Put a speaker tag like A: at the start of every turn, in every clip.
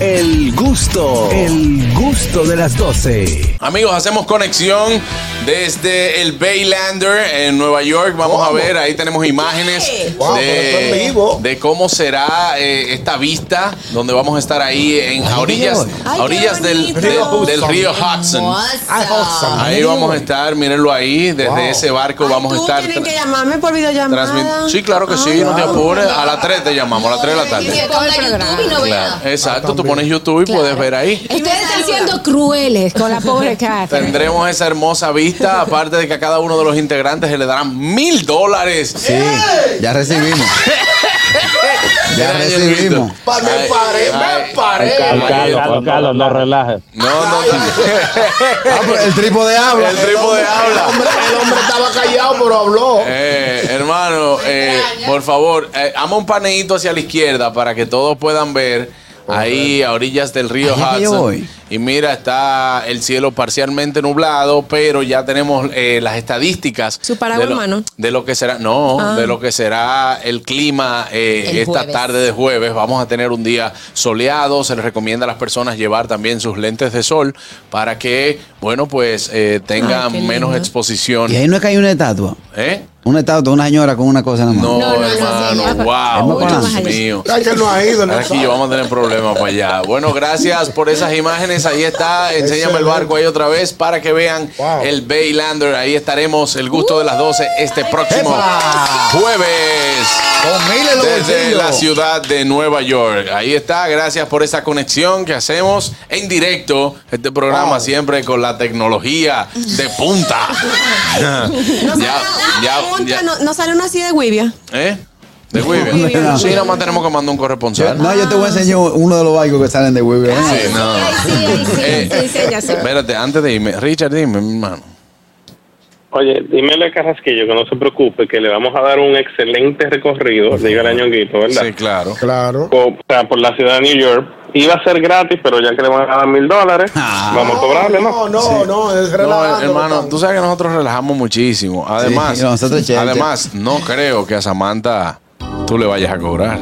A: El gusto, el gusto de las 12.
B: Amigos, hacemos conexión desde el Baylander en Nueva York. Vamos a ver, ahí tenemos imágenes
C: Wow, pero esto en
B: de,
C: vivo.
B: de cómo será eh, esta vista, donde vamos a estar ahí en a orillas,
A: Ay,
B: a orillas del,
C: bonito.
B: del- del río Hudson.
C: Hudson.
D: Hudson.
B: Ahí vamos a estar, mírenlo ahí, desde
C: Wow.
B: ese barco vamos a estar
D: tienen
B: tra-
D: que llamarme por videollamada.
B: transmitiendo. Sí, claro que sí, no te
C: Claro.
B: apures. A las 3 te llamamos, a las 3 de la
E: Y
B: tarde.
E: se ponga YouTube y no vea.
B: Claro.
C: Ah,
B: Exacto, tú pones YouTube y puedes ver ahí.
E: Ustedes
D: me
E: están
D: saluda.
E: siendo crueles con la pobre Catherine.
B: Tendremos esa hermosa vista, aparte de que a cada uno de los integrantes se le darán mil dólares.
F: Sí, ya recibimos.
B: Mira,
F: Ya recibimos.
B: Ñonguito.
C: Pa- me
B: Ay,
C: paré,
B: ay,
C: me paré.
B: ay,
G: Carlos,
B: ay,
G: Carlos, Carlos, no relajes.
B: No, no,
F: Ah, pero el trípode habla.
B: el trípode
C: El hombre,
B: habla.
C: el hombre estaba callado, pero habló.
B: Eh, hermano, eh, por favor, eh, ama un paneíto hacia la izquierda para que todos puedan ver ahí a orillas del río
F: Allá que yo
B: Hudson.
F: voy.
B: Y mira, está el cielo parcialmente nublado, pero ya tenemos eh, las estadísticas.
E: Su paraguas
B: de lo,
E: en mano. Ah.
B: De lo que será, no, de lo que será el clima eh,
E: El
B: esta
E: jueves.
B: tarde de jueves. Vamos a tener un día soleado. Se les recomienda a las personas llevar también sus lentes de sol para que, bueno, pues eh, tengan
E: Ah, qué
B: menos
E: lindo.
B: exposición.
F: Y ahí no es que hay una estatua.
B: ¿eh?
F: Una estatua, una señora con una cosa nada más.
B: No,
E: No, no,
B: hermano,
E: no, no.
B: wow,
F: Vamos
B: Dios
F: para allá.
B: mío.
C: Ay, que no ha ido, no
B: Aquí
C: sabe.
B: vamos a tener problemas para allá. Bueno, gracias por esas imágenes. Ahí está. Enséñame el barco ahí otra vez para que vean
C: Wow.
B: el Baylander. Ahí estaremos. El gusto de las 12 este próximo
F: ¡Epa!
B: jueves
F: Con miles en los
B: desde
F: bolsillos.
B: la ciudad de Nueva York. Ahí está. Gracias por esa conexión que hacemos en directo. Este programa
C: Wow.
B: siempre con la tecnología de punta.
D: No sale
B: Ya,
D: nada,
B: ya,
D: pregunta,
B: ya.
D: No, no sale una así de Wibia.
B: ¿Eh? De Weaver.
F: Weaver.
B: Sí, nada más tenemos que mandar un
F: Yo-
B: corresponsal.
F: no, yo te voy a enseñar uno de los barcos que salen de Weaver. Ven
B: Ah, Sí,
F: acá.
B: no.
E: sí, ay, sí,
B: Eh,
E: sí, sí, ya sé.
B: Espérate, antes de irme, Richard, dime, mi hermano.
H: Oye, dímele a Carrasquillo que no se preocupe, que le vamos a dar un excelente recorrido, dígale a Ñonguito, ¿verdad?
B: Sí, claro.
C: Claro.
H: Co- o sea, por la ciudad de New York. Iba a ser gratis, pero ya que le van a dar mil dólares,
F: Ah.
H: vamos a cobrarle,
C: No, no,
H: ¿no?
C: no, es
B: No, eh,
C: relajando.
B: hermano,
C: botán.
B: tú sabes que nosotros relajamos muchísimo. Además,
F: Sí, nosotros chévere.
B: además, no creo que a Samantha tú le vayas a cobrar.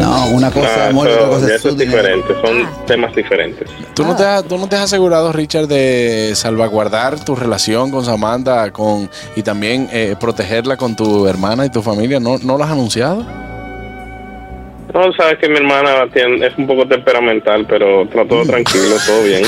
F: No, una
H: No,
F: cosa de amor y otra
H: eso,
F: cosa
H: ya
F: es
H: eso
F: su
H: es
F: dinero.
H: diferente, son temas diferentes.
B: ¿Tú, no te has, ¿Tú no te has asegurado, Richard, de salvaguardar tu relación con Samantha con, y también eh, protegerla con tu hermana y tu familia? ¿No, ¿No lo has anunciado?
H: No, sabes que mi hermana tiene- es un poco temperamental, pero está
F: Mm.
H: todo tranquilo, todo bien.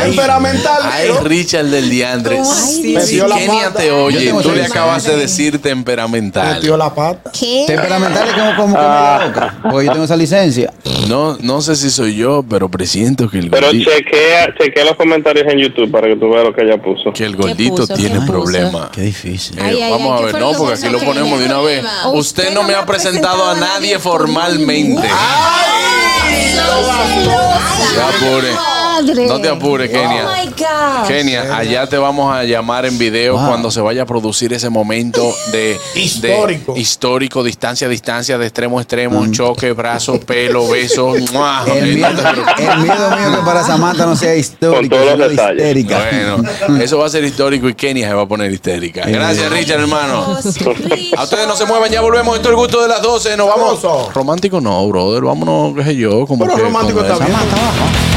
C: Temperamental.
B: Ay,
C: ¿no?
B: Richard del diantre.
C: Dios.
B: Si
C: Metió la
B: Kenia
C: pata.
B: te oye,
F: Yo tengo
B: tú le
F: seis
B: acabas de
E: hermanos.
B: decir temperamental.
C: Metió la pata.
E: ¿Qué?
F: Temperamental es como, como comida
H: Ah.
F: loca. Porque yo tengo esa licencia.
B: No, no sé si soy yo, pero presiento que el
H: Pero
B: gordito,
H: chequea, chequea los comentarios en YouTube para que tú veas lo que ella puso.
B: que el gordito
E: puso?
B: tiene
E: ¿Qué puso?
B: problemas.
F: Qué difícil.
B: Eh,
E: Ay, ay,
B: vamos
E: ay,
B: a
E: ¿qué
B: ver,
E: fue
B: no,
E: lo que
B: porque
E: pasó?
B: aquí lo
E: ¿Qué
B: ponemos de una vez.
E: problema?
B: Usted no me ha presentado a nadie formalmente.
E: Ah,
B: Te apures.
E: Madre.
B: No te apures, Kenia.
D: Oh my God.
B: Kenia, allá te vamos a llamar en video
F: Wow.
B: cuando se vaya a producir ese momento de de-
C: Histórico.
B: histórico, distancia a distancia, de extremo a extremo, choque, brazo, pelo, beso. ¡mua!
F: El
B: Eh, no
F: miedo,
B: te preocupes.
F: el miedo mío que para Samantha no sea
H: Con
F: histórico,
H: todos los
F: sino
H: detalles.
F: histérica.
B: Bueno, eso va a ser histórico y Kenia se va a poner histérica. Gracias, Richard, hermano. A ustedes no se muevan, ya volvemos. Esto es el gusto de las 12. Nos vamos.
C: Sabroso.
B: Romántico no, brother. Vámonos, qué sé yo. Como
C: Pero
B: que
C: romántico
B: con
C: está
B: esa-
C: bien.